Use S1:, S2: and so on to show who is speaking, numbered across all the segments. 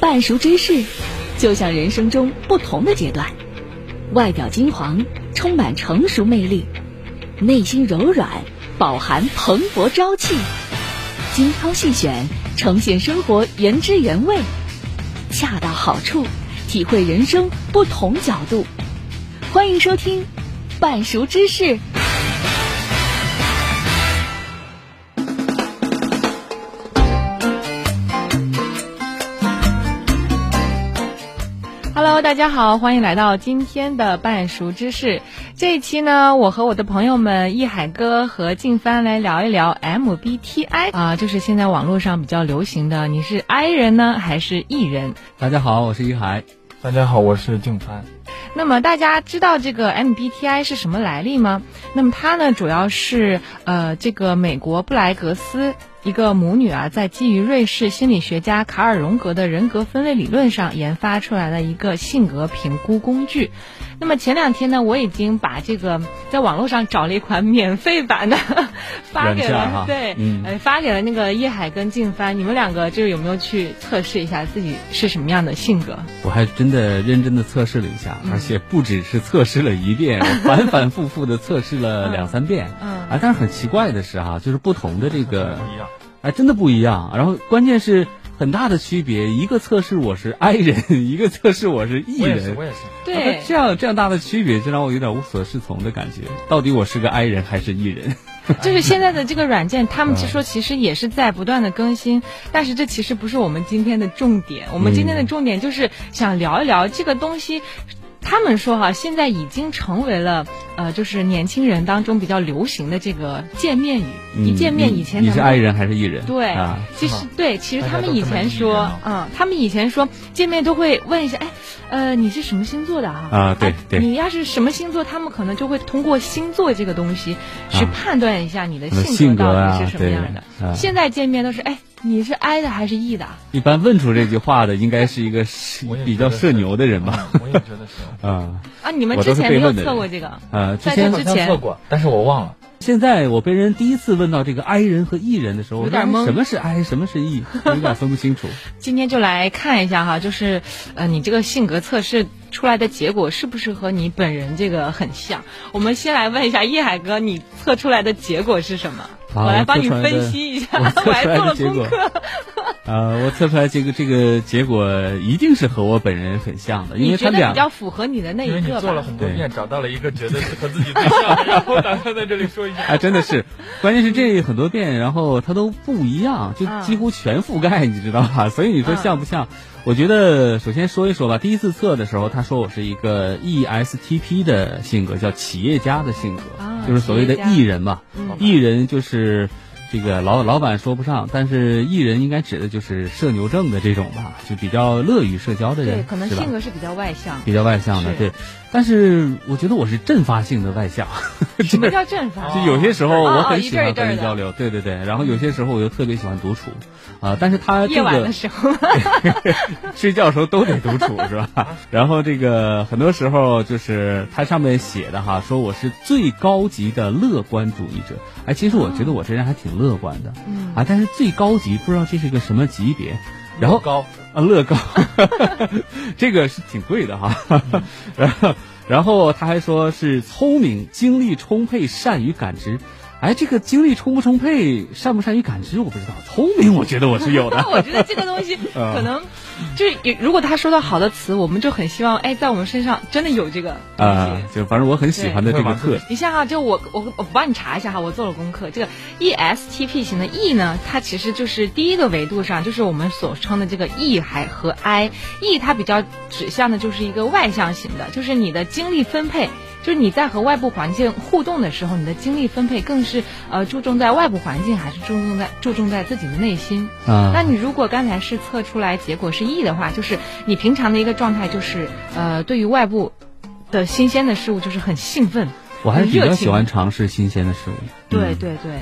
S1: 半熟芝士，就像人生中不同的阶段，外表金黄，充满成熟魅力，内心柔软，饱含蓬勃朝气。精挑细选，呈现生活原汁原味，恰到好处，体会人生不同角度。欢迎收听《半熟芝士》。
S2: Hello，大家好，欢迎来到今天的半熟知识。这一期呢，我和我的朋友们易海哥和静帆来聊一聊 MBTI 啊、就是现在网络上比较流行的，你是 I 人呢还是 E 人？
S3: 大家好，我是于海。
S4: 大家好，我是静帆。
S2: 那么大家知道这个 MBTI 是什么来历吗？那么它呢，主要是呃，这个美国布莱格斯一个母女啊，在基于瑞士心理学家卡尔荣格的人格分类理论上研发出来的一个性格评估工具。那么前两天呢，我已经把这个在网络上找了一款免费版的 发给
S3: 软件
S2: 了
S3: 儿，哈
S2: 对，
S3: 嗯
S2: 呃，发给了那个叶海跟静帆，你们两个就是有没有去测试一下自己是什么样的性格？
S3: 我还真的认真的测试了一下，
S4: 嗯
S3: 而且不只是测试了一 遍，我反反复复的测试了两三遍。
S2: 嗯
S3: 啊，但是很奇怪的是哈、就是不同的这个，
S4: 不一样，
S3: 哎，真的不一样。然后关键是很大的区别，一个测试我是 I 人，一个测试我是 E
S4: 我也是，
S3: 人
S4: 我。也是。
S2: 对
S3: 啊，这样这样大的区别，就让我有点无所适从的感觉。到底我是个 I 人还是 E 人？
S2: 就是现在的这个软件，他们其实说其实也是在不断的更新，但是这其实不是我们今天的重点。我们今天的重点就是想聊一聊这个东西。他们说哈、现在已经成为了呃，就是年轻人当中比较流行的这个见面语。
S3: 嗯
S2: 一见面
S3: 你
S2: 以前
S3: 你是
S2: 咱们
S3: I 人还是 E 人？
S2: 对，
S3: 啊，
S2: 其实
S4: 是吗
S2: 对，其实
S4: 大
S2: 他
S4: 家
S2: 们
S4: 都
S2: 以
S4: 这么
S2: 前
S4: 理解
S2: 说
S4: 吗，
S2: 嗯，他们以前说见面都会问一下，哎，呃，你是什么星座的啊？
S3: 啊对
S2: 哎
S3: 对
S2: 你要是什么星座，他们可能就会通过星座这个东西去
S3: 啊
S2: 判断一下你的
S3: 可能
S2: 性
S3: 性格
S2: 格到
S3: 啊
S2: 底是什么样
S3: 对
S2: 的。
S3: 啊
S2: 现在见面都是，哎，你是 I 的还是 E 的？
S3: 一般问出这句话的，应该是一个
S4: 我也
S3: 比较
S4: 觉
S3: 社
S4: 得是
S3: 牛的人吧？
S4: 嗯我也觉得是。
S3: 啊
S2: 啊，你们
S3: 我
S2: 之
S3: 都是
S2: 前
S3: 被
S2: 没有
S3: 问的
S2: 测
S3: 人
S2: 过这个，
S3: 呃，之
S2: 在
S3: 前
S2: 这之
S4: 好像测
S2: 前
S4: 过，但是我忘了。
S3: 现在我被人第一次问到这个 I 人和 E 人的时候，
S2: 有点
S3: 我说
S2: 懵
S3: 什么是 I，什么是 E，有点分不清楚。
S2: 今天就来看一下哈，就是呃，你这个性格测试出来的结果是不是和你本人这个很像？我们先来问一下叶海哥，你测出来的结果是什么？
S3: 啊
S2: 我来
S3: 我
S2: 帮你
S3: 测出来的
S2: 分析一下，
S3: 我测出
S2: 还
S3: 来的
S2: 做了
S3: 结
S2: 功
S3: 果
S2: 课。
S3: 呃，我测出来这个这个结果一定是和我本人很像的，因
S2: 你
S3: 为
S2: 觉
S3: 他
S2: 得比
S3: 俩
S2: 较符合你的那
S4: 因为
S2: 一
S4: 你
S2: 个
S4: 做了
S2: 吧？
S4: 很多
S3: 对
S4: 遍，找到了一个觉得是和自己最像的，然后打算在这里说一下。
S3: 啊，真的是，关键是这很多遍，然后它都不一样，就
S2: 嗯
S3: 几乎全覆盖，你知道吧？ 所以你说
S2: 嗯
S3: 像不像？我觉得首先说一说吧，第一次测的时候，他说我是一个 E ESTP 的性格，叫企业家的性格，
S2: 啊
S3: 就是所谓的
S2: 企业家
S3: E 人嘛。
S2: 嗯
S3: E 人就是这个老老板说不上，但是 E 人应该指的就是社牛症的这种吧，就比较乐于社交的人，
S2: 对，可能
S3: 是吧
S2: 性格是比较外向。
S3: 比较外向的，
S2: 是
S3: 对。但是我觉得我是阵发性的外向，
S2: 什么叫阵
S4: 啊
S2: 法？
S3: 就有些时候
S2: 哦
S3: 我
S2: 哦
S3: 很
S2: 一
S3: 喜
S2: 阵儿一阵
S3: 欢跟
S2: 儿
S3: 人
S2: 的
S3: 交流，对对对。然后有些时候我又特别喜欢独处，啊，但是他
S2: 夜
S3: 这
S2: 晚的
S3: 个
S2: 时候，
S3: 睡觉的时候都得独处是吧？然后这个很多时候就是它上面写的哈，说我是最高级的乐观主义者。哎，其实我觉得我这人还挺乐观的，
S2: 嗯
S3: 啊，但是最高级不知道这是个什么级别。然后
S4: 高，
S3: 啊，乐高， 这个是挺贵的哈。 然后，然后他还说是聪明、精力充沛、善于感知。哎，这个精力充不充沛、善不善于感知，我不知道。聪明，我觉得我是有
S2: 那
S3: 的。
S2: 我觉得这个东西可能就是有，如果他说到好的词，我们就很希望，哎，在我们身上真的有这个东西。
S3: 啊，就反正我很喜欢的这个特质。
S2: 你像哈、就我我我帮你查一下哈，我做了功课。这个 E ESTP 型的 E 呢，它其实就是第一个维度上，就是我们所称的这个 E 还和 I，E 它比较指向的就是一个外向型的，就是你的精力分配。就是你在和外部环境互动的时候，你的精力分配更是呃注重在外部环境，还是注重在注重在自己的内心？那
S3: 啊，
S2: 你如果刚才是测出来结果是 E 的话，就是你平常的一个状态就是，呃，对于外部的新鲜的事物就是很兴奋。
S3: 我还是比
S2: 热
S3: 较
S2: 情
S3: 喜欢尝试新鲜的事物。
S2: 对
S3: 嗯
S2: 对对。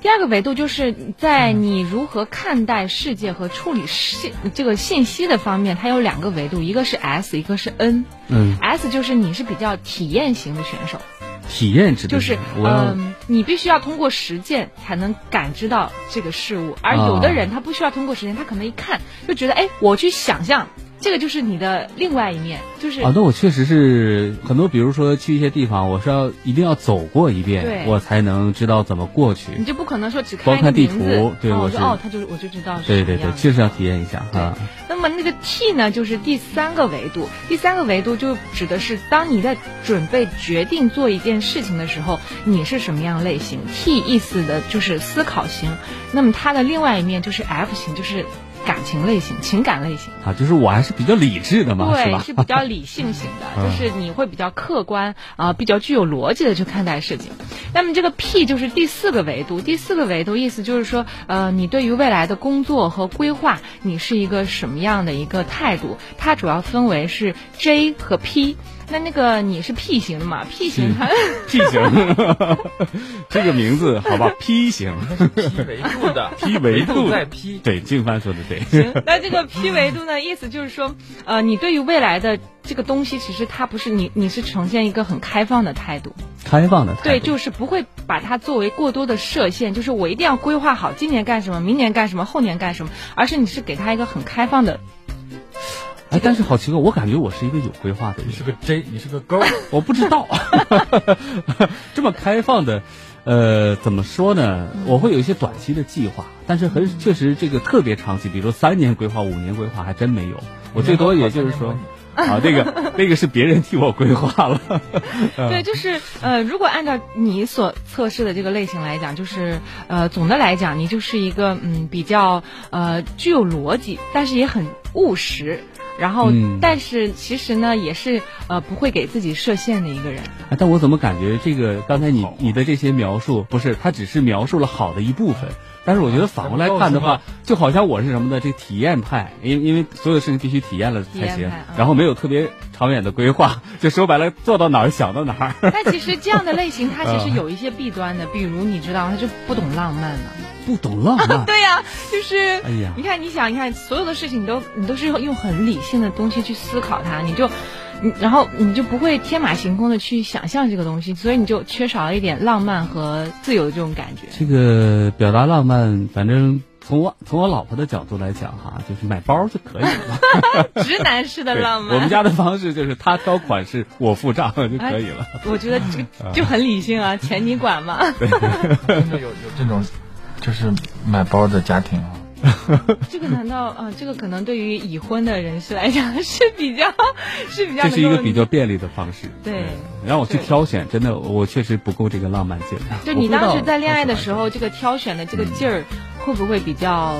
S2: 第二个维度就是在你如何看待世界和处理信这个信息的方面，它有两个维度，一个是 S，一个是 N。
S3: 嗯
S2: S 就是你是比较体验型的选手，
S3: 体验值得
S2: 就是
S3: 我要、
S2: 嗯，你必须要通过实践才能感知到这个事物，而
S3: 啊
S2: 有的人他不需要通过实践，他可能一看就觉得，哎，我去想象，这个就是你的另外一面，就是
S3: 啊，那我确实是很多，比如说去一些地方，我是要一定要走过一遍，
S2: 对
S3: 我才能知道怎么过去。
S2: 你就不可能说只
S3: 包
S2: 看
S3: 括
S2: 一个
S3: 看地
S2: 名字，
S3: 图对
S2: 哦
S3: 我
S2: 说
S3: 是
S2: 哦，他就是我就知道是
S3: 对
S2: 什么
S3: 对对，
S2: 样
S3: 就是要
S2: 的
S3: 体验一下
S2: 对
S3: 啊。
S2: 那么那个 T 呢，就是第三个维度。第三个维度就指的是，当你在准备决定做一件事情的时候，你是什么样类型？T 意思的就是思考型，那么它的另外一面就是 F 型，就是感情类型、情感类型。
S3: 啊，就是我还是比较理智的嘛，是
S2: 对，
S3: 吧？
S2: 是比较理性型的，
S3: 嗯
S2: 就是你会比较客观啊、比较具有逻辑的去看待事情。那么这个 P 就是第四个维度，第四个维度意思就是说，呃，你对于未来的工作和规划，你是一个什么样的一个态度？它主要分为是 J 和 P。那那个你是 P 型的嘛？P 型它
S3: P 型， 这个名字好 吧？P 型
S4: 批维度的，
S3: ，P 维
S4: 维
S3: 度
S4: 度在 P
S3: 对，静帆说的对。
S2: 行，那这个 P 维度呢，意思就是说，呃，你对于未来的这个东西，其实它不是你，你是呈现一个很开放的态度。
S3: 开放的态度，
S2: 对，就是不会把它作为过多的设限，就是我一定要规划好今年干什么，明年干什么，后年干什么，而是你是给他一个很开放的，
S3: 哎，但是好奇怪，我感觉我是一个有规划的人
S4: 你，是个 J，你是个勾，
S3: 我不知道， 这么开放的，呃，怎么说呢？我会有一些短期的计划，但是很确实这个特别长期，比如说三年规划、五年规划，还真没有。我最多也就是说
S4: 嗯，
S3: 啊，那个那个是别人替我规划了。
S2: 对，就是呃，如果按照你所测试的这个类型来讲，就是呃，总的来讲，你就是一个嗯比较呃具有逻辑，但是也很务实。然后，
S3: 嗯
S2: 但是其实呢，也是呃不会给自己设限的一个人。
S3: 哎，但我怎么感觉这个刚才你你的这些描述，不是它只是描述了好的一部分，但是我觉得反过来看的话，就好像我是什么呢？这体验派，因因为所有事情必须体验了才
S2: 体
S3: 行
S2: 验派，嗯
S3: 然后没有特别长远的规划，就说白了做到哪儿想到哪儿。
S2: 但其实这样的类型，它其实有一些弊端的，比如你知道，他就不懂浪漫了。
S3: 不懂浪 漫。
S2: 对呀、就是，
S3: 哎呀
S2: 你看，你想，你看，所有的事情你都你都是用很理性的东西去思考它，你就，你然后你就不会天马行空的去想象这个东西，所以你就缺少了一点浪漫和自由的这种感觉。
S3: 这个表达浪漫，反正从我从我老婆的角度来讲哈，就是买包就可以了。
S2: 直男式的
S3: 对
S2: 浪漫，
S3: 我们家的方式就是她挑款式，我付账就可以了。
S2: 我觉得这个
S3: 嗯
S2: 就很理性啊，钱你管嘛。
S4: 真的有有这种，就是买包的家庭啊。
S2: 这个难道啊、呃这个可能对于已婚的人士来讲是比较是比较
S3: 这是一个
S2: 能够
S3: 比较便利的方式。
S2: 对
S3: 嗯，让我去挑选，真的我确实不够这个浪漫劲儿。
S2: 就你
S3: 我不知道
S2: 当时在恋爱的时候，这个挑选的这个劲儿，会不会比较，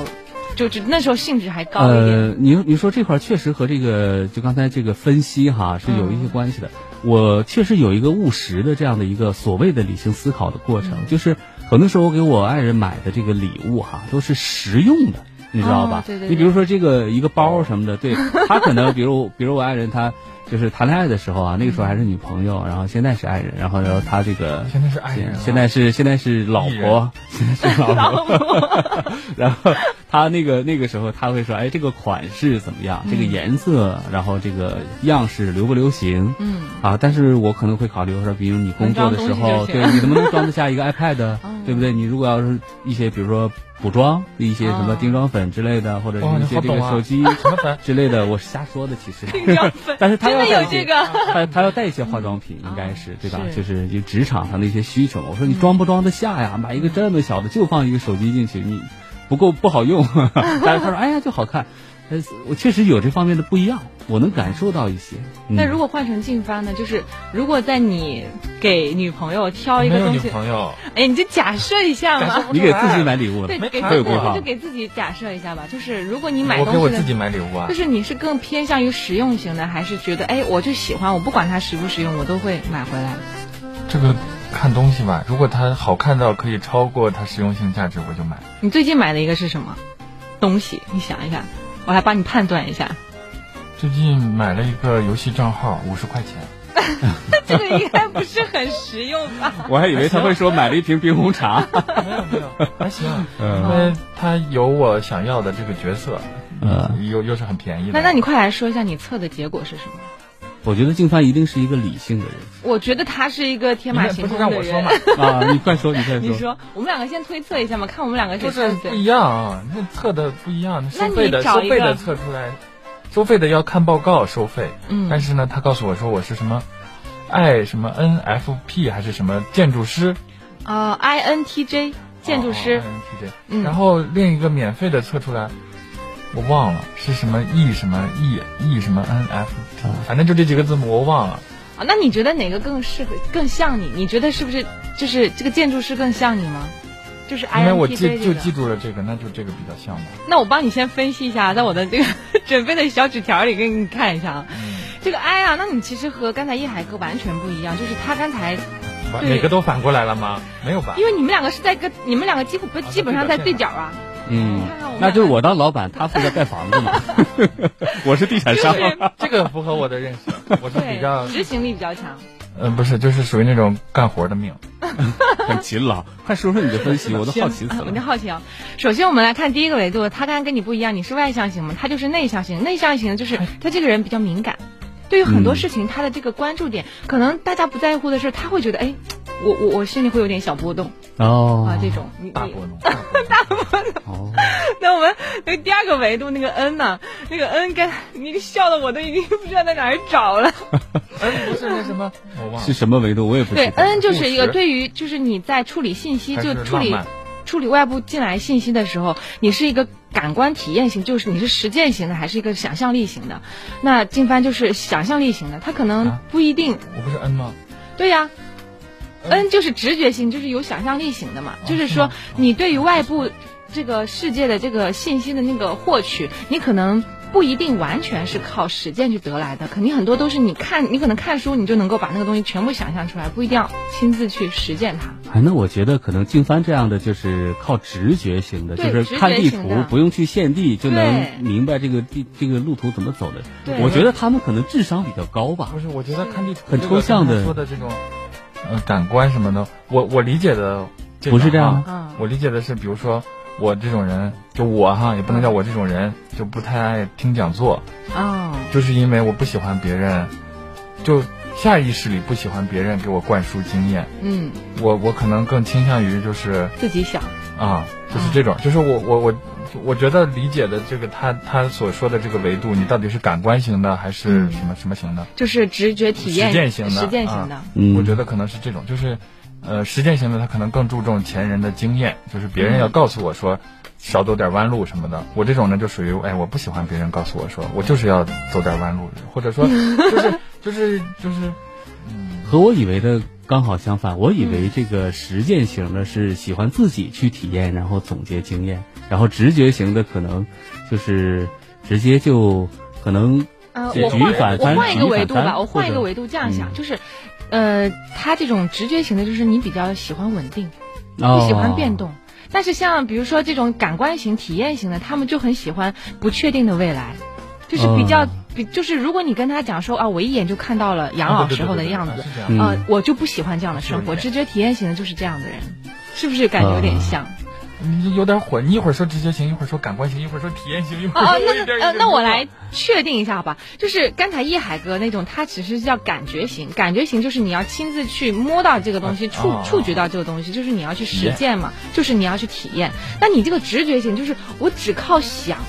S2: 就就那时候兴致还高一点？
S3: 呃，你你说这块儿确实和这个就刚才这个分析哈是有一
S2: 嗯
S3: 些关系的。我确实有一个务实的这样的一个所谓的理性思考的过程，
S2: 嗯
S3: 就是很多时候我给我爱人买的这个礼物哈都是实用的。你知道吧？
S2: 哦对对对
S3: 你比如说这个一个包什么的，对他可能，比如比如我爱人他就是谈恋爱的时候啊，那个时候还是女朋友，然后现在是爱人，然后然后他这个
S4: 现在是爱人啊
S3: 现在是现在是老
S4: 艺
S3: 婆
S4: 人，
S3: 现在是老婆， 然后他那个那个时候他会说，哎，这个款式怎么样？这个颜色，然后这个样式流不流行？
S2: 嗯，
S3: 啊，但是我可能会考虑说，比如你工作的时候，
S2: 能装东西就行
S3: 对你能不能装得下一个 iPad，对不对？你如果要是一些比如说补妆一些什么
S2: 哦
S3: 定妆粉之类的，或者是
S4: 哇
S3: 一
S4: 你
S3: 些
S4: 好
S3: 这个
S4: 懂啊
S3: 手机
S4: 什么粉？
S3: 之类的，我是瞎说的其实。
S2: 定 妆粉
S3: 但是他要
S2: 真的
S3: 带
S2: 有
S3: 一
S2: 这
S3: 些
S2: 个哦
S3: 他他要带一些化妆品，应该是对吧？
S2: 是
S3: 就是就职场上的一些需求。我说你装不装得下呀？买一个这么小的，就放一个手机进去，你不够不好用。 但是他说，哎呀，就好看。呃，我确实有这方面的不一样，我能感受到一些。嗯
S2: 那如果换成静帆呢？就是如果在你给女朋友挑一
S4: 没
S2: 个
S4: 有
S2: 东
S4: 女
S2: 西，
S4: 朋友，
S2: 哎，你就假设一下
S4: 假
S2: 嘛
S4: 设。
S3: 你给自己买礼物了，
S2: 对，
S4: 没
S2: 给
S4: 谈
S2: 自
S3: 过
S2: 己
S3: 哈
S2: 就给自己假设一下吧，就是如果你买
S4: 我
S2: 东
S4: 给
S2: 西
S4: 我
S2: 的
S4: 自己买礼物啊
S2: 就。是你是更偏向于实用型的，还是觉得哎我就喜欢，我不管它实不实用，我都会买回来？
S4: 这个看东西吧，如果它好看到可以超过它实用性价值，我就买。
S2: 你最近买的一个是什么东西？你想一下，我来帮你判断一下。
S4: 最近买了一个游戏账号，五十块钱。
S2: 这个应该不是很实用吧？
S3: 我还以为他会说买了一瓶冰红茶。
S4: 没有没有，还行，因
S3: 嗯
S4: 为它有我想要的这个角色，
S3: 呃，
S4: 嗯又又是很便宜的。
S2: 那那你快来说一下你测的结果是什么？
S3: 我觉得静帆一定是一个理性 的人
S2: 我觉得他是一个天
S4: 你
S2: 马
S4: 们
S2: 行
S4: 不是
S2: 空
S4: 让
S2: 的
S4: 我说
S2: 人
S4: 嘛。，
S3: 啊！你快说，你快
S2: 你
S3: 说。
S2: 说，我们两个先推测一下嘛，看我们两个谁
S4: 就是
S2: 先
S4: 不
S2: 对。
S4: 一样啊，那测的不一样，
S2: 那
S4: 收
S2: 你
S4: 费的
S2: 找
S4: 收
S2: 一
S4: 费的
S2: 个
S4: 测出来，收费的要看报告收费，
S2: 嗯
S4: 但是呢，他告诉我说我是什么。爱什么 NFP 还是什么建筑师？
S2: 啊，INTJ 建筑师
S4: 哦，哦 INFJ
S2: 嗯
S4: 然后另一个免费的测出来，我忘了是什么 E 什么 E E 什么 NFP，、反正就这几个字母我忘了。
S2: 啊，那你觉得哪个更适合、更像你？你觉得是不是就是这个建筑师更像你吗？就是
S4: 因
S2: INTJ
S4: 为我记
S2: 这
S4: 就
S2: 个
S4: 记住了这个，那就这个比较像吧。
S2: 那我帮你先分析一下，在我的这个 准备的小纸条里给你看一下啊。
S4: 嗯，
S2: 这个 I 啊，那你其实和刚才叶海哥完全不一样，就是他刚才，对
S4: 哪个都反过来了吗？没有吧
S2: 因？为你们两个是在一个，你们两个几乎不基本上在对角啊，
S3: 嗯
S2: 看看我们，
S3: 那就是我当老板，他负责盖房子 嘛，我是地产
S2: 就
S3: 商。
S2: 是
S4: 这个符合我的认 识，我是比较
S2: 对执行力比较强。
S4: 呃不是，就是属于那种干活的命。
S3: 很勤劳。快说说你的分析，我都好奇死
S2: 啊，我
S3: 了
S2: 就。好奇啊。首先，我们来看第一个维度，他刚刚跟你不一样，你是外向型嘛，他就是内向型。内向型的就是他这个人比较敏感，对于很多
S3: 嗯
S2: 事情他的这个关注点，可能大家不在乎的事，他会觉得哎，我我我心里会有点小波动
S3: 哦
S2: 啊，这种。你
S4: 大
S2: 你
S4: 波动，大波动
S3: 哦，
S2: 那我们那第二个维度那个 N 呢、那个 N 跟你笑的我都已经不知道在哪儿找了。
S4: 哎，不是那什么， 我忘
S3: 是
S4: 了。
S3: 什么维度？我也不
S2: 对
S3: 知道。
S2: ，N 就是一个
S4: 务实
S2: 对于就是你在处理信息
S4: 还
S2: 就是处理
S4: 浪漫
S2: 处理外部进来信息的时候，你是一个感官体验型，就是你是实践型的还是一个想象力型的？那静帆就是想象力型的，他可能
S4: 啊
S2: 不一定。
S4: 我不是 N 吗？
S2: 对呀、
S4: 嗯
S2: n 就是直觉性，就是有想象力型的嘛，就是
S4: 是
S2: 说
S4: 吗
S2: 你对于外部这个世界的这个信息的那个获取，你可能。不一定完全是靠实践去得来的，肯定很多都是你看，你可能看书，你就能够把那个东西全部想象出来，不一定要亲自去实践它。
S3: 哎，那我觉得可能静帆这样的就是靠直觉型的，就
S2: 对
S3: 是看地
S2: 直觉型
S3: 图
S2: 的
S3: 不用去现地就
S2: 对
S3: 能明白这个地这个路途怎么走的。
S2: 对
S3: 我觉得他们可能智商比较高吧
S4: 不。是，我觉得看地图
S3: 很
S4: 这
S3: 抽
S4: 个
S3: 象的
S4: 刚才说的这种，呃，感官什么的，我我理解的个
S3: 不是这样
S4: 哈
S2: 的嗯
S4: 我理解的是，比如说我这种人，就我哈，也不能叫我这种人，就不太爱听讲座，
S2: 哦，
S4: 就是因为我不喜欢别人，就下意识里不喜欢别人给我灌输经验，
S2: 嗯，
S4: 我我可能更倾向于就是
S2: 自己想，
S4: 啊，就是这种，就是我我我我觉得理解的这个他他所说的这个维度，你到底是感官型的还是
S2: 嗯
S4: 什么什么型的？
S2: 就是直觉体验
S4: 实践型的
S2: 实践型的，
S3: 嗯
S4: 我觉得可能是这种，就是，呃，实践型的他可能更注重前人的经验，就是别人要告诉我说，少走点弯路什么的。我这种呢就属于，哎，我不喜欢别人告诉我说，我就是要走点弯路，或者说就是就是就是，嗯，
S3: 和我以为的刚好相反。我以
S2: 嗯
S3: 为这个实践型的是喜欢自己去体验，然后总结经验，然后直觉型的可能就是直接就可能
S2: 呃，
S3: 解
S2: 我
S3: 举
S2: 换
S3: 反
S2: 我
S3: 翻
S2: 换一
S3: 举
S2: 个
S3: 反
S2: 维度
S3: 翻
S2: 吧，我换一
S3: 或
S2: 个
S3: 者
S2: 维度这样想，
S3: 嗯
S2: 就是，呃，他这种直觉型的，就是你比较喜欢稳定，
S3: 哦
S2: 不喜欢变动。但是像比如说这种感官型、体验型的，他们就很喜欢不确定的未来，就是比较、
S3: 哦
S2: 比就是如果你跟他讲说啊，我一眼就看到了养
S4: 啊
S2: 老
S4: 对对
S2: 时候的
S4: 对对
S2: 样
S4: 啊
S2: 子，
S4: 是这样
S3: 嗯
S2: 啊，我就不喜欢这样的
S4: 是
S2: 生
S4: 有
S2: 活。
S4: 点
S2: 直觉体验型的就是这样的人，是不是感觉有点
S3: 啊
S2: 像？
S4: 你有点混，你一会儿说直觉型，一会儿说感官型，一会儿说体验型，一会
S2: 哦
S4: 儿
S2: 哦
S4: 说，
S2: 那
S4: 一点
S2: 那呃，
S4: 儿一点儿
S2: 那我
S4: 一点儿
S2: 来确定一下吧，就是刚才叶海哥那种，他只是叫感觉型，感觉型就是你要亲自去摸到这个东西，
S4: 啊
S2: 触
S4: 啊
S2: 触觉到这个东西，就是你要去
S4: 体
S2: 实
S4: 验
S2: 践嘛，就是你要去体验。那你这个直觉型就是我只靠想，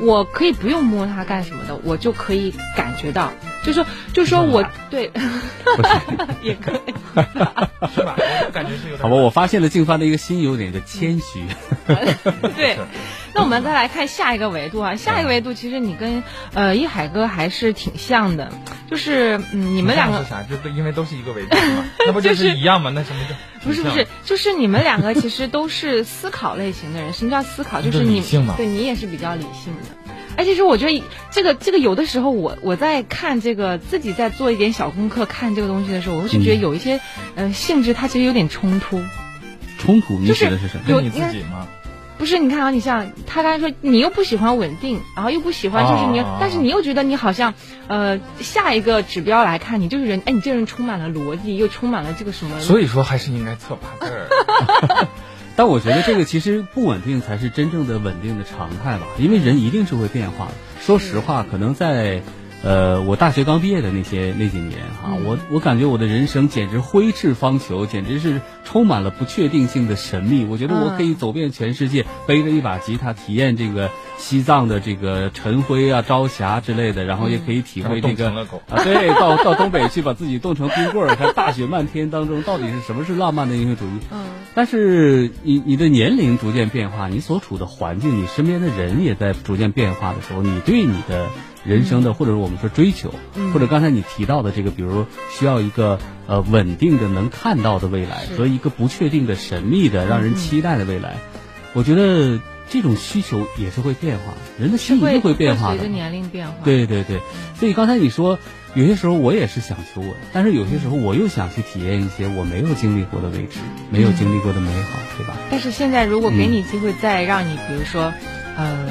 S2: 我可以不用摸它干什么的，我就可以感觉到，就说就说我 对，也可以。
S4: 是吧？我感觉是有点
S3: 好吧，我发现了静帆的一个新优点，叫谦虚。
S2: 嗯对，那我们再来看下一个维度啊，下一个维度其实你跟呃一海哥还是挺像的，就是嗯你们两
S4: 是
S2: 个
S4: 啥？就是因为都是一个维 度嘛，那不就是一样吗？那什么就
S2: 不是不是，就是你们两个其实都是思考类型的人。什么叫思考？就是
S4: 就是
S2: 你
S4: 理性嘛
S2: 对你也是比较理性的。哎，其实我觉得这个这个有的时候我我在看这个自己在做一点小功课看这个东西的时候，我是觉得
S3: 嗯
S2: 有一些呃性质它其实有点冲突。
S3: 冲突，你
S2: 就是
S3: 指的是什么？
S2: 有
S4: 跟你自己吗？
S2: 不是，你看啊，你像他刚才说，你又不喜欢稳定，然后又不喜欢就是你，
S4: 哦
S2: 但是你又觉得你好像，呃，下一个指标来看，你这个人，哎，你这个人充满了逻辑，又充满了这个什么，
S4: 所以说还是应该测八 字儿。
S3: 但我觉得这个其实不稳定才是真正的稳定的常态吧，因为人一定是会变化的。说实话，可能在呃，我大学刚毕业的那些那几年哈、
S2: 嗯
S3: 我我感觉我的人生简直挥斥方遒，简直是充满了不确定性的神秘。我觉得我可以走遍全世界，背着一把吉他，体验这个西藏的这个晨辉啊、朝霞之类的，然后也可以体会这
S4: 冻
S3: 个
S4: 成了狗。
S3: 啊，对，到到东北去把自己冻成冰棍儿，看大雪漫天当中到底是什么是浪漫的英雄主义。
S2: 嗯
S3: 但是你你的年龄逐渐变化，你所处的环境，你身边的人也在逐渐变化的时候，你对你的人生的，或者是我们说追求，
S2: 嗯
S3: 或者刚才你提到的这个，比如需要一个呃稳定的、能看到的未来
S2: 是
S3: 和一个不确定的、神秘的、让人期待的未来，
S2: 嗯
S3: 我觉得这种需求也是会变化，人的心理是
S2: 会
S3: 变化
S2: 会
S3: 的
S2: 随着。年龄变化。，
S3: 对对对，所以刚才你说，有些时候我也是想求稳，但是有些时候我又想去体验一些我没有经历过的未知，没有经历过的美好，对吧？
S2: 但是现在如果给
S3: 嗯
S2: 你机会，再让你比如说，呃，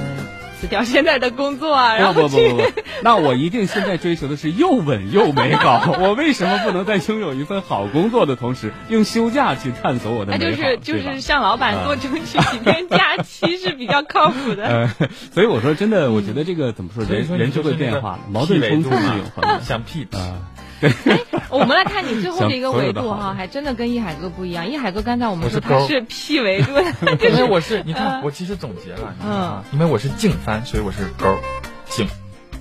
S2: 辞掉现在的工作啊，然
S3: 嗯不
S2: 后
S3: 不不不不， 那我一定现在追求的是又稳又美 好。我为什么不能在拥有一份好工作的同时，用休假去探索我的
S2: 那
S3: 美好？
S2: 就是就
S3: 对吧
S2: 是向老板多争取几天假期是比较靠谱 的。
S3: 呃，所以我说真的，我觉得这个怎么说，
S4: 所以
S3: 人
S4: 说
S3: 人
S4: 你就
S3: 会
S4: 是那
S3: 变
S4: 个
S3: 化，矛盾
S4: 屁
S3: 冲
S4: 维
S3: 突
S4: 度
S3: 是
S4: 嘛
S3: 有很
S4: 想屁
S3: 多啊。
S2: 哦我们来看你最后的一个维
S3: 想所有
S2: 度
S3: 的好
S2: 哈，还真的跟一海哥不一样。一海哥刚才我们
S4: 我是
S2: 说他
S4: 勾
S2: 是 P 维度的，
S4: 因为我是，你看
S2: 嗯，
S4: 我其实总结了，你
S2: 嗯
S4: 看啊，因为我是净帆，所以我是勾儿净，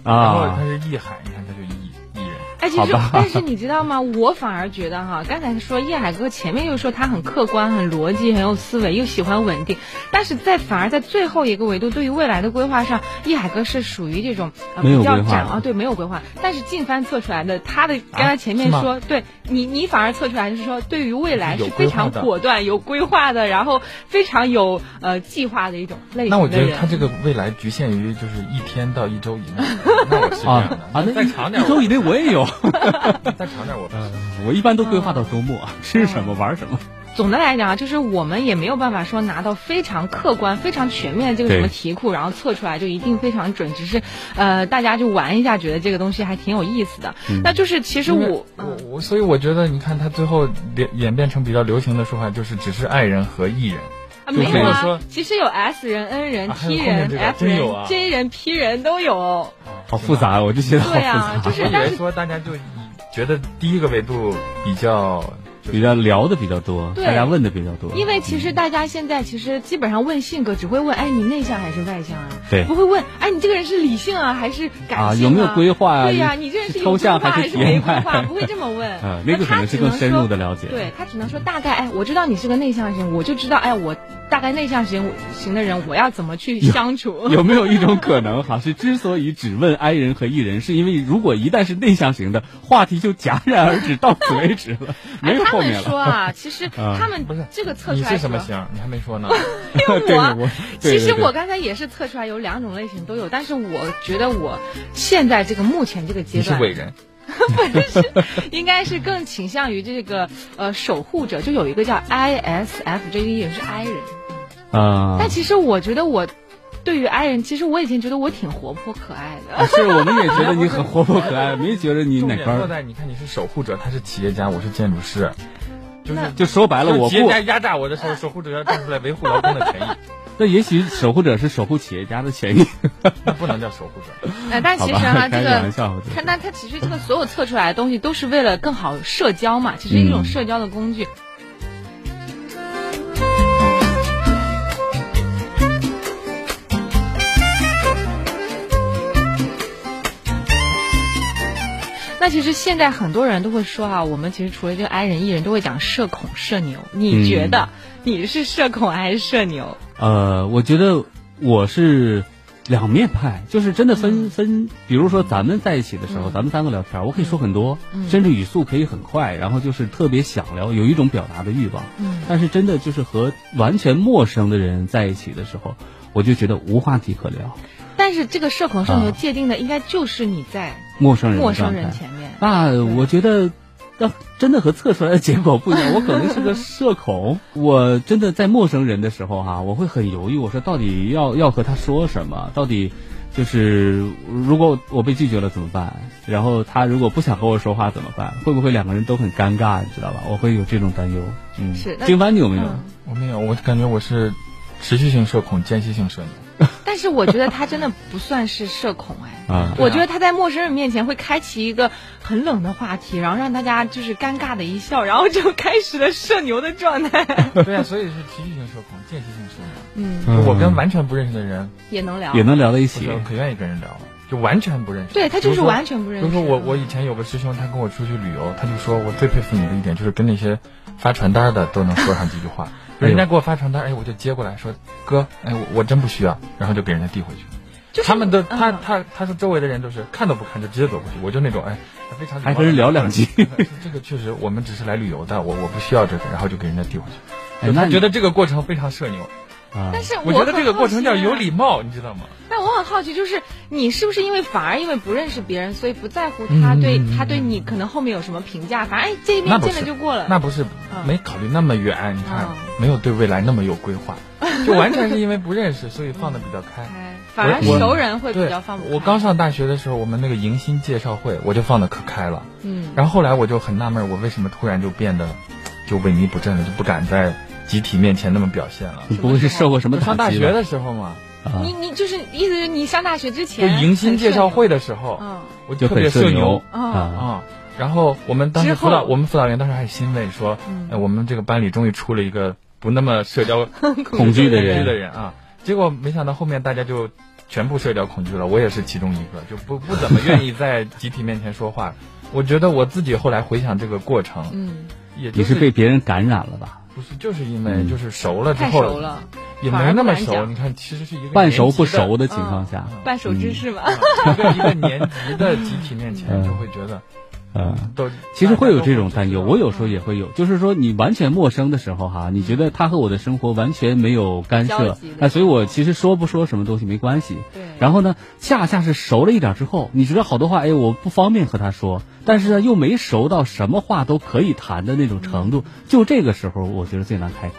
S4: 然后他
S3: 啊，
S4: 是一海，你看他就一一人，
S2: 哎，其
S3: 好
S2: 实
S3: 吧
S2: 但是你知道吗？我反而觉得哈，刚才说叶海哥前面又说他很客观、很逻辑、很有思维，又喜欢稳定，但是在反而在最后一个维度，对于未来的规划上，叶海哥是属于这种、呃、
S3: 没有
S2: 比较
S3: 规划
S2: 展
S3: 的
S2: 啊，对，没有规划。但是静帆测出来的，他的刚才前面
S4: 啊是吗
S2: 说，对你你反而测出来就是说，对于未来
S4: 有
S2: 是非
S4: 规划
S2: 常
S4: 的
S2: 果断、有规划的，然后非常有呃计划的一种类型的
S4: 那
S2: 人。
S4: 我觉得他这个未来局限于就是一天到一周以 内，那我是这
S3: 啊
S4: 样
S3: 啊，
S4: 的。
S3: 那
S4: 再
S3: 一
S4: 长点
S3: 一
S4: 我
S3: 周以内我也有。
S4: 再长点我 不
S3: 嗯，我一般都规划到周末，吃什么玩什么。
S2: 总的来讲啊，就是我们也没有办法说拿到非常客观、非常全面的这个
S3: 对
S2: 什么题库，然后测出来就一定非常准。只是，呃，大家就玩一下，觉得这个东西还挺有意思的。
S4: 嗯
S2: 那就是其实
S4: 因为
S2: 我，
S4: 我我所以我觉得你看他最后演演变成比较流行的说法就是只是爱人和艺人，
S2: 啊
S4: 就
S2: 没
S3: 比
S2: 有
S3: 如
S2: 啊
S4: 说，
S2: 其实有 S 人、N 人、
S4: 啊还
S2: T
S4: 有后面
S2: 人、
S4: 这个
S2: F
S4: 真
S2: 人、
S4: 有啊
S2: J 人、P 人都有。
S3: 好复杂，我就觉得好复
S2: 对啊
S3: 杂，，
S2: 就是
S4: 我以
S2: 但
S4: 为
S2: 是
S4: 说大家就以觉得第一个维度比较
S3: 比较聊的比较多，
S2: 对
S3: 大家问的比较多。
S2: 因为其实大家现在其实基本上问性格，只会问哎你内向还是外向啊？
S3: 对
S2: 不会问哎你这个人是理性啊还是
S3: 啊，
S2: 感性
S3: 有没有规划啊？
S2: 对呀、
S3: 你
S2: 你这人是有
S3: 抽
S2: 规
S3: 象
S2: 划
S3: 还
S2: 还
S3: 是
S2: 是
S3: 体验
S2: 没规划？
S3: 派
S2: 不会这么问。
S3: 呃，那个可能是更深入的了解。
S2: 他只能说。对他只能说大概，哎，我知道你是个内向型，我就知道，哎，我大概内向型型的人，我要怎么去相处。
S3: 有没有一种可能哈，是之所以只问 I 人和 E 人，是因为如果一旦是内向型的，话题就戛然而止，到此为止 了，没
S2: 哎
S3: 有
S2: 他
S3: 后
S2: 们
S3: 面
S2: 说
S3: 了。
S2: 啊，其实
S3: 啊
S2: 他们
S4: 不是
S2: 这个测出
S4: 你
S2: 来
S4: 是什么
S2: 说
S4: 型？你还没说 呢。
S3: 对，我
S2: 其实我
S3: 对
S2: 刚才也是测出来有两种类型都有，但是我觉得我现在这个目前这个阶
S4: 你是
S2: 段，
S4: 伟人，
S2: 应该是更倾向于这个呃守护者，就有一个叫 ISFJ 也是 I 人，
S3: 对啊
S2: 但，其实我觉得我对于 I 人，其实我以前觉得我挺活泼可爱的。
S3: 啊是我们也觉得你很活泼 可爱，没觉得你
S4: 重
S3: 哪
S4: 点
S3: 块
S4: 落
S3: 儿。
S4: 在你看你是守护者，他是企业家，我是建筑师，就是
S2: 那
S3: 就说白了，我
S4: 企业
S3: 不
S4: 家压榨我的时候，守护者要站出来维护劳工的 权益，
S3: 那也许守护者是守护企业家的权益，
S4: 那不能叫守护者。
S2: 呃，但
S3: 好
S2: 其
S3: 吧？
S2: 实啊，
S3: 开
S2: 这
S3: 个
S2: 个
S3: 玩。笑，我觉得
S2: 看，那它其实这个所有测出来的东西都是为了更好社交嘛，其实一种
S3: 嗯
S2: 社交的工具。那其实现在很多人都会说啊，我们其实除了这个 I 人、E 人，都会讲社恐、社牛。
S3: 嗯
S2: 你觉得你是社恐还是社牛？
S3: 呃，我觉得我是两面派，就是真的分、分，比如说咱们在一起的时候，
S2: 嗯
S3: 咱们三个聊天，我可以说很多，
S2: 嗯
S3: 甚至语速可以很快，然后就是特别想聊，有一种表达的欲望。
S2: 嗯
S3: 但是真的就是和完全陌生的人在一起的时候，我就觉得无话题可聊，
S2: 但是这个社恐、社牛
S3: 啊
S2: 界定的应该就是你在
S3: 陌生人的
S2: 陌
S3: 状
S2: 生
S3: 态
S2: 人前面。
S3: 那我觉得，那真的和测出来的结果不一样。我可能是个社恐，我真的在陌生人的时候哈、 我会很犹豫，我说到底要要和他说什么，到底。就是如果我被拒绝了怎么办？然后他如果不想和我说话怎么办？会不会两个人都很尴尬？你知道吧？我会有这种担忧。嗯，
S2: 是那
S3: 金帆，你有没有？
S2: 嗯
S4: 我没有，我感觉我是持续性社恐、间歇性社牛。
S2: 但是我觉得他真的不算是社恐哎。
S3: 啊，
S2: 我觉得他在陌生人面前会开启一个很冷的话题，然后让大家就是尴尬的一笑， 然后就开始了社牛的状态。
S4: 对啊，所以是情绪型社恐、间歇性社恐。
S2: 嗯，
S4: 就我跟完全不认识的人，
S2: 也能聊
S3: 也。能聊到一
S4: 我
S3: 起
S4: 就可愿意跟人聊了，啊就完全不认识。
S2: 对他
S4: 比
S2: 就
S4: 如
S2: 是
S4: 说
S2: 完全不认
S4: 比
S2: 识。
S4: 如说我，我以前有个师兄，他跟我出去旅游，他就说我最佩服你的一点就是跟那些发传单的都能说上几句 话。就人家给我发传单，哎，我就接过来说哥，哎，我我真不需要，然后就给人家递回去。
S2: 就是
S4: 他们的他
S2: 嗯
S4: 他他说周围的人都是看都不看就直接走过去，我就那种哎，非常礼貌
S3: 还跟人聊两句。
S4: 这个确实，我们只是来旅游的，我我不需要这个，然后就给人家递回去。
S3: 哎，
S4: 就
S3: 那
S4: 他
S3: 你
S4: 觉得这个过程非常社牛，
S3: 啊，
S2: 但是
S4: 我觉得这个过程叫有礼貌，你知道吗？
S2: 啊但我很好奇，就是你是不是因为反而因为不认识别人，所以不在乎他对、
S4: 嗯
S2: 他对你可能后面有什么评价，反正哎见一
S4: 那
S2: 面
S4: 不
S2: 见
S4: 是
S2: 了就过了。
S4: 那不是
S2: 嗯
S4: 没考虑那么远，你看
S2: 嗯
S4: 没有对未来那么有规划，就完全是因为不认识，所以放的比较开。
S2: 哎，反而
S4: 我
S2: 熟 人会比
S4: 对
S2: 较放不，开
S4: 我刚上大学的时候，我们那个迎新介绍会，我就放的可开了。
S2: 嗯
S4: 然后后来我就很纳闷，我为什么突然就变得就萎靡不振了，就不敢在集体面前那么表现了。
S3: 你不会是受过什么
S4: 我上
S3: 打
S4: 大
S3: 击
S4: 学
S3: 吧？
S4: 的时候嘛，
S3: 啊
S2: 你，你就是意思是你上大学之
S4: 就
S2: 前
S4: 迎新介绍会
S2: 的，
S4: 的时候，
S2: 嗯
S4: 我
S3: 就
S4: 特别
S3: 很社
S4: 社
S3: 牛
S4: 牛
S2: 啊
S3: 啊，
S4: 啊。然后我们当时
S2: 之后
S4: 辅导，我们辅导员当时还欣慰说，
S2: 嗯
S4: 哎，我们这个班里终于出了一个不那么社交
S3: 恐惧的
S4: 恐惧的
S3: 人，
S4: 人啊。结果没想到后面大家就全部社交恐惧了，我也是其中一个，就不不怎么愿意在集体面前说话。我觉得我自己后来回想这个过程，
S2: 嗯，
S4: 也就
S3: 你是被别人感染了吧？
S4: 不是就是因
S3: 嗯
S4: 为就是熟了之
S2: 太
S4: 后，
S2: 熟了，
S4: 也没那
S2: 反而不
S4: 么
S2: 敢
S4: 熟。
S2: 讲
S4: 你看，其实是一个
S3: 半熟不
S4: 年 级
S3: 熟的情况下，
S2: 半熟知识嘛，
S4: 的，一个一个年级的集体面前
S3: 嗯
S4: 就会觉得
S3: 嗯。
S4: 都
S3: 其实会有这种担忧，我有时候
S2: 嗯
S3: 也会有，就是说你完全陌生的时候哈，你觉得他和我的生活完全没有干
S2: 交
S3: 涉
S2: 集的，
S3: 那所以我其实说不说什么东西没关系。
S2: 对，
S3: 然后呢，恰恰是熟了一点之后，你觉得好多话，哎，我不方便和他说，但是呢，又没熟到什么话都可以谈的那种程度，就这个时候，我觉得最难开口。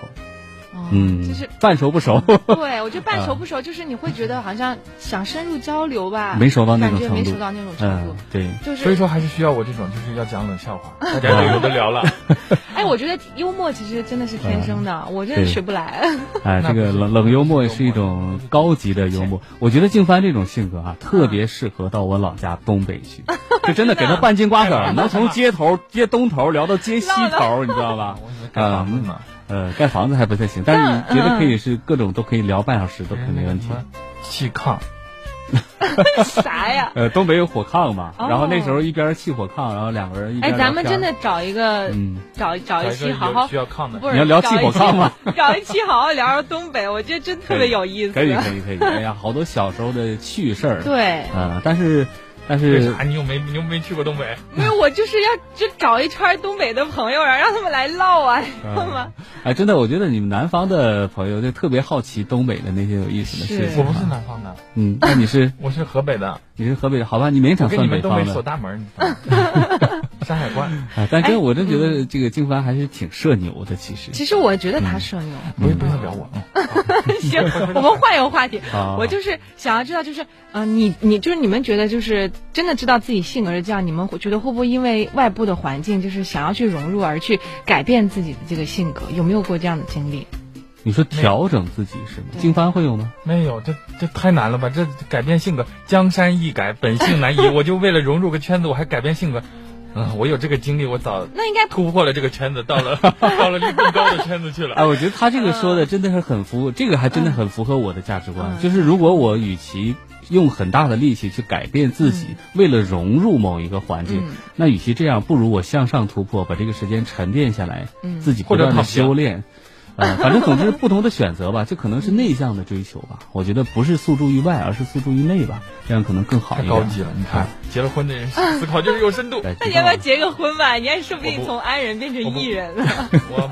S2: 哦
S3: 嗯，
S2: 就是。
S3: 半熟不熟，
S2: 对，我觉得半熟不熟，就是你会觉得好像想深入交流吧，
S3: 没熟到那种
S2: 感觉没
S3: 程度
S2: 熟到那种程
S3: 嗯
S2: 度，，
S3: 对，
S2: 就是
S4: 所以说还是需要我这种，就是要讲冷笑话，
S3: 嗯
S4: 大家就有的 聊了。
S2: 哎，我觉得幽默其实真的是天生的，我真的
S3: 嗯对
S2: 学不 来。
S3: 哎，这
S4: 那
S3: 个
S4: 不是
S3: 冷冷幽默也是一种高级的幽默。我觉得静帆这种性格啊，特别适合到我老家东北 去，就真的给他半斤瓜
S4: 太好了
S3: 梗，能从街头、街东头聊到街西头，你知道吧？
S4: 我以为干房子呢，嗯
S3: 呃，盖房子还不太行，但是你觉得可以是各种都可以聊半小时，都
S4: 别
S3: 可
S4: 人
S3: 没
S4: 那
S3: 问
S4: 个
S3: 题
S4: 什。么气
S2: 啊
S4: 炕，
S2: 啥呀？
S3: 呃，东北有火炕嘛，
S2: 哦
S3: 然后那时候一边砌火炕，然后两个人一边
S2: 哎，
S3: 聊天
S2: 咱们真的找一个，
S3: 嗯，
S2: 找找一期好好
S4: 需，要炕的
S2: 不是
S3: 你要聊气火炕吗？
S2: 找一期 找一期好好聊聊东北，我觉得真特别有意思。
S3: 可以可以可以，哎呀，好多小时候的趣事儿。，
S2: 对，
S3: 呃，但是但
S4: 为
S3: 是
S4: 啥？你又没你又没去过东北？
S2: 没有，我就是要就找一圈东北的朋友，然后让他们来唠啊，你知道吗？
S3: 哎，真的，我觉得你们南方的朋友就特别好奇东北的那些有意思的事
S2: 是
S3: 情
S4: 我
S3: 啊。
S4: 不是南方的，
S3: 嗯，那你是
S4: 我是河北的，
S3: 你是河北的，好吧？你勉
S4: 我
S3: 强
S4: 给你
S3: 算北
S4: 们东北
S3: 方
S4: 锁
S3: 的。
S4: 大门，你知道吗？ 山 海关，
S3: 哎，但
S2: 哎
S3: 真我真觉得这个静帆还是挺社牛的，其 实。
S2: 其实我觉得他社牛。
S4: 不不要聊我， 啊
S2: 行，我们换一个话题。
S3: 啊
S2: 我就是想要知道，就是呃，你你就是你们觉得，就是真的知道自己性格是这样，你们会觉得会不会因为外部的环境，就是想要去融入而去改变自己的这个性格？有没有过这样的经历？
S3: 你说调整自己是吗？
S2: 对
S3: 静帆会有吗？
S4: 没有，这这太难了吧？这改变性格，江山易改，本性难移。我就为了融入个圈子，我还改变性格。嗯，我有这个经历，我早
S2: 那应该
S4: 突破了这个圈子，到了到了更高的圈子去 了。
S3: 哎，我觉得他这个说的真的是很符，这个还真的很符合我的价值观。
S2: 嗯
S3: 就是如果我与其用很大的力气去改变自己，为了融入某一个环境，
S2: 嗯
S3: 那与其这样，不如我向上突破，把这个时间沉淀下来，
S2: 嗯
S3: 自己不断的修炼。呃，反正总之不同的选择吧，这可能是内向的追求吧。我觉得不是诉诸于外，而是诉诸于内吧，这样可能更好
S4: 太
S3: 一点。
S4: 高级了，你看， 结了婚的人思考就是有深度。
S3: 对。
S2: 那
S3: 知
S2: 你
S3: 道
S2: 要不要
S3: 了
S2: 结个婚吧？你看，说不定
S4: 我不
S2: 从安人变成
S4: 我不
S2: 艺人了。
S4: 我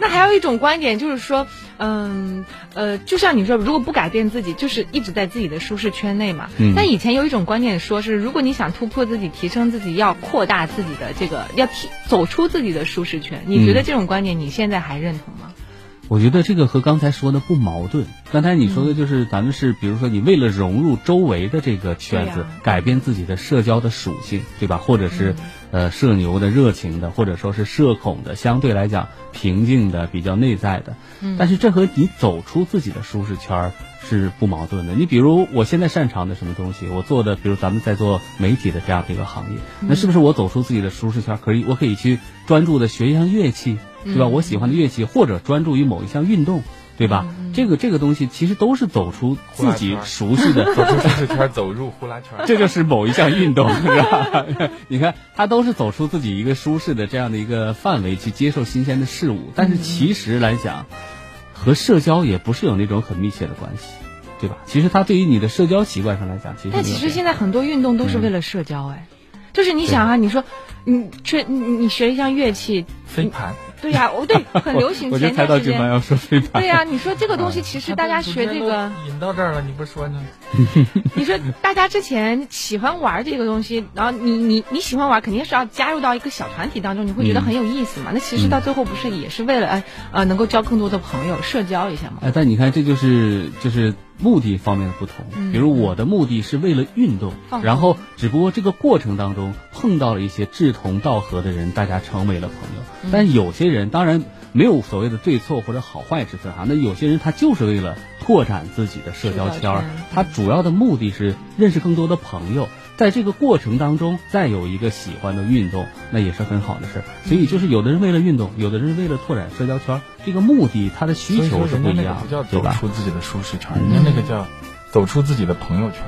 S2: 那还有一种观点就是说，嗯呃，就像你说，如果不改变自己，就是一直在自己的舒适圈内嘛。
S3: 嗯
S2: 但以前有一种观点说是，如果你想突破自己、提升自己，要扩大自己的这个，要提走出自己的舒适圈。你觉
S3: 嗯
S2: 得这种观点你现在还认同吗？
S3: 我觉得这个和刚才说的不矛盾。刚才你说
S2: 嗯
S3: 的就是，咱们是比如说你为了融入周围的这个圈子，
S2: 对呀
S3: 改变自己的社交的属性，对吧？或者是、呃社牛的、热情的，或者说是社恐的，相对来讲平静的、比较内在的。但是这和你走出自己的舒适圈儿是不矛盾的。你比如我现在擅长的什么东西，我做的，比如咱们在做媒体的这样的一个行业，那是不是我走出自己的舒适圈儿，可以我可以去专注的学一项乐器，对吧？我喜欢的乐器，或者专注于某一项运动。对吧？这个这个东西其实都是走出自己熟悉 的，
S4: 走出舒适圈，走入呼啦圈。
S3: 这就是某一项运动， 是吧？你看，他都是走出自己一个舒适的这样的一个范围去接受新鲜的事物，但是其实来讲，和社交也不是有那种很密切的关系，对吧？其实他对于你的社交习惯上来讲，其实
S2: 但
S3: 没
S2: 其
S3: 有
S2: 实
S3: 变
S2: 现在很多运动都是为了社交，哎，
S3: 嗯
S2: 就是你想啊，你说，你学你你学一项乐器，
S4: 飞盘，
S2: 对呀，哦对，很流行，
S3: 我就
S2: 前
S3: 猜
S2: 段
S3: 到
S2: 时
S3: 君凡
S2: 间，
S3: 要说飞盘，
S2: 对呀，你说这个东西其
S4: 啊
S2: 实大家学这个。
S4: 引到这儿了，你不说呢？
S2: 你说大家之前喜欢玩这个东西，然后你你你喜欢玩，肯定是要加入到一个小团体当中，你会觉
S3: 嗯
S2: 得很有意思嘛？那其实到最后不是也是为了哎呃能够交更多的朋友，社交一下嘛？
S3: 哎，但你看，这就是就是目的方面的不同。比如我的目的是为了运动，
S2: 嗯放松
S3: 然后只不过这个过程当中碰到了一些志同道合的人，大家成为了朋友。
S2: 嗯
S3: 但有些人当然没有所谓的对错或者好坏之分啊，那有些人他就是为了拓展自己的社交
S2: 社
S3: 圈
S2: 交
S3: 儿
S2: 圈，嗯
S3: 他主要的目的是认识更多的朋友。在这个过程当中，再有一个喜欢的运动，那也是很好的事儿。所
S2: 嗯
S3: 以就是有的人为了运动，有的人为了拓展社交圈儿，这个目的他的需
S4: 所
S3: 需
S4: 以说
S3: 求是
S4: 人
S3: 不
S4: 家
S3: 一
S4: 那个
S3: 样
S4: 不叫
S3: 的，对
S4: 走
S3: 吧？
S4: 出自己的舒适圈，人家那个叫走出自己的朋友圈。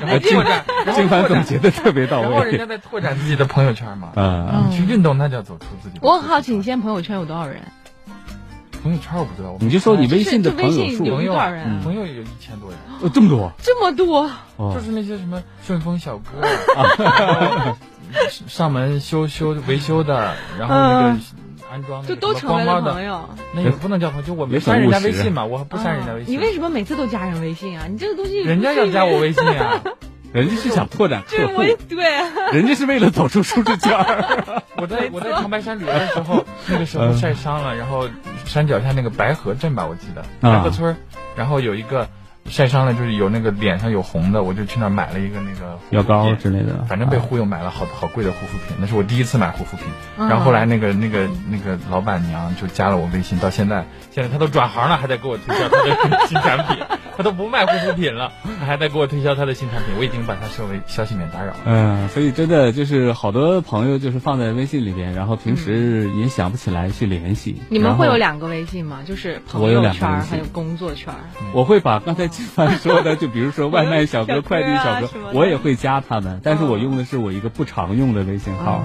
S4: 然后拓展， 然后
S3: 金凡
S4: 拓
S3: 总
S4: 展，
S3: 结的特别到
S4: 然后人
S3: 位
S4: 家。在拓展自己的朋友圈嘛。
S3: 呃，
S4: 你去运动，那叫走出自己的。
S2: 我很好奇，你现在朋友圈有多少人？
S4: 朋友圈我不知道，我
S3: 你就说你
S4: 没
S3: 微信的朋友
S2: 就微信
S3: 数
S2: 有
S4: 朋友
S2: 多少人啊
S4: 朋友有一千多人，
S3: 呃这么多，
S2: 这么多，
S3: 哦
S4: 就是那些什么顺丰小哥 啊，上门修修维修的，然后那个安装
S2: 嗯就
S4: 的，
S2: 都成为
S4: 光
S2: 了
S4: 猫
S2: 朋
S4: 的，
S2: 友。
S4: 那也不能叫朋友，就我没删人家微信嘛，我不删人家微
S2: 啊你
S4: 信，
S2: 为什么每次都加人微信啊？你这个东西
S4: 人家要加我微信啊，
S3: 人家是想拓展
S2: 这
S3: 客
S2: 我
S3: 户，
S2: 也对 啊，
S3: 人家是为了走出舒适圈 儿。
S4: 我在我在长白山旅游的时候，那个时
S3: 嗯
S4: 候晒伤了，然后山脚下那个白河镇吧，我记得
S3: 啊
S4: 白河村儿，然后有一个晒伤了，就是有那个脸上有红的，我就去那儿买了一个那个护肤
S3: 药膏
S4: 品
S3: 之类的
S4: 反正被忽悠买了好好贵的护肤品，那是我第一次买护肤品。
S2: 嗯
S4: 然后后来那个那个那个老板娘就加了我微信，到现在现在她都转行了，还在给我推销她的新产品，她都不卖护肤品了，她还在给我推销她的新产品，我已经把她设为消息免打扰了。
S3: 嗯，所以真的就是好多朋友就是放在微信里边，然后平时也想不起来去联系。
S2: 嗯你们
S3: 然
S2: 会
S3: 后
S2: 有两个微信吗？就是
S3: 我
S2: 朋
S3: 有
S2: 友
S3: 两个
S2: 圈儿
S3: 微信嗯
S2: 还有工作圈儿。
S3: 我会把刚才金凡说的，就比如说外卖小
S2: 小 哥
S3: 哥、
S2: 啊
S3: 快递小
S2: 什
S3: 哥
S2: 么，的嗯
S3: 我也会加他们，但是我用的是我一个不常用的微信号，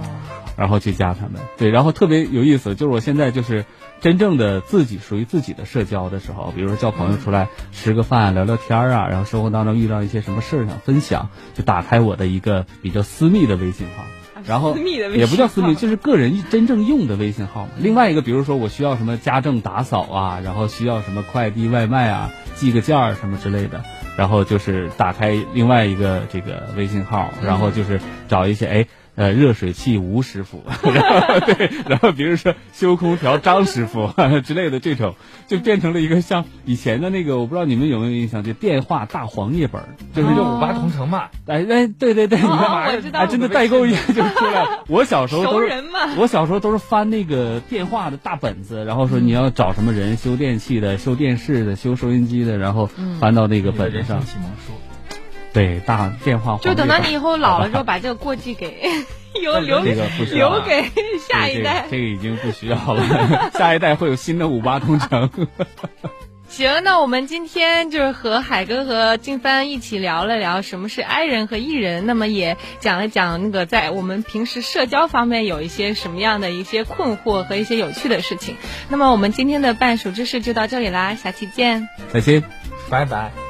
S3: 然后去加他们。对，然后特别有意思，就是我现在就是真正的自己属于自己的社交的时候，比如说叫朋友
S2: 嗯
S3: 出来吃个饭、聊聊天儿啊，然后生活当中遇到一些什么事儿想分享，就打开我的一个比较私密的微信号。然后
S2: 啊私密的微信号
S3: 也不叫私密，就是个人真正用的微信号嘛。另外一个，比如说我需要什么家政打扫啊，然后需要什么快递外卖啊，寄个件儿什么之类的，然后就是打开另外一个这个微信号，然后就是找一些哎。呃，热水器吴师傅， 然后对，然后比如说修空调张师傅 之类的这种，就变成了一个像以前的那个，我不知道你们有没有印象，就电话大黄页本儿，就
S4: 就是是
S3: 这
S4: 这
S3: 种
S4: 五八同城嘛，
S3: 哎哎，对对对，你看
S2: 哦我知道
S3: 哎，真的代购一样就出来了。我小时候都
S2: 熟
S3: 是
S2: 人嘛
S3: 我小时候都是翻那个电话的大本子，然后说
S2: 嗯
S3: 你要找什么人，修电器的、修电视的、修收音机的，然后
S2: 嗯
S3: 翻到那个
S4: 你的
S3: 本子
S4: 人
S3: 上
S4: 生。启蒙书。
S3: 对，大电话
S2: 就等到你以后老了之
S3: 之
S2: 后，
S3: 后，
S2: 把这个过继给 留留
S3: 这个不需要
S2: 留
S3: 了
S2: 给下一
S3: 对
S2: 代。
S3: 这个这个已经不需要了， 下一代会有新的五八同城。
S2: 行，那我们今天就是和海哥和静帆一起聊了聊什么是 I 人和 E 人，那么也讲了讲那个在我们平时社交方面有一些什么样的一些困惑和一些有趣的事情。那么我们今天的半熟知识就到这里啦，下期见。
S3: 再见。
S4: 拜拜。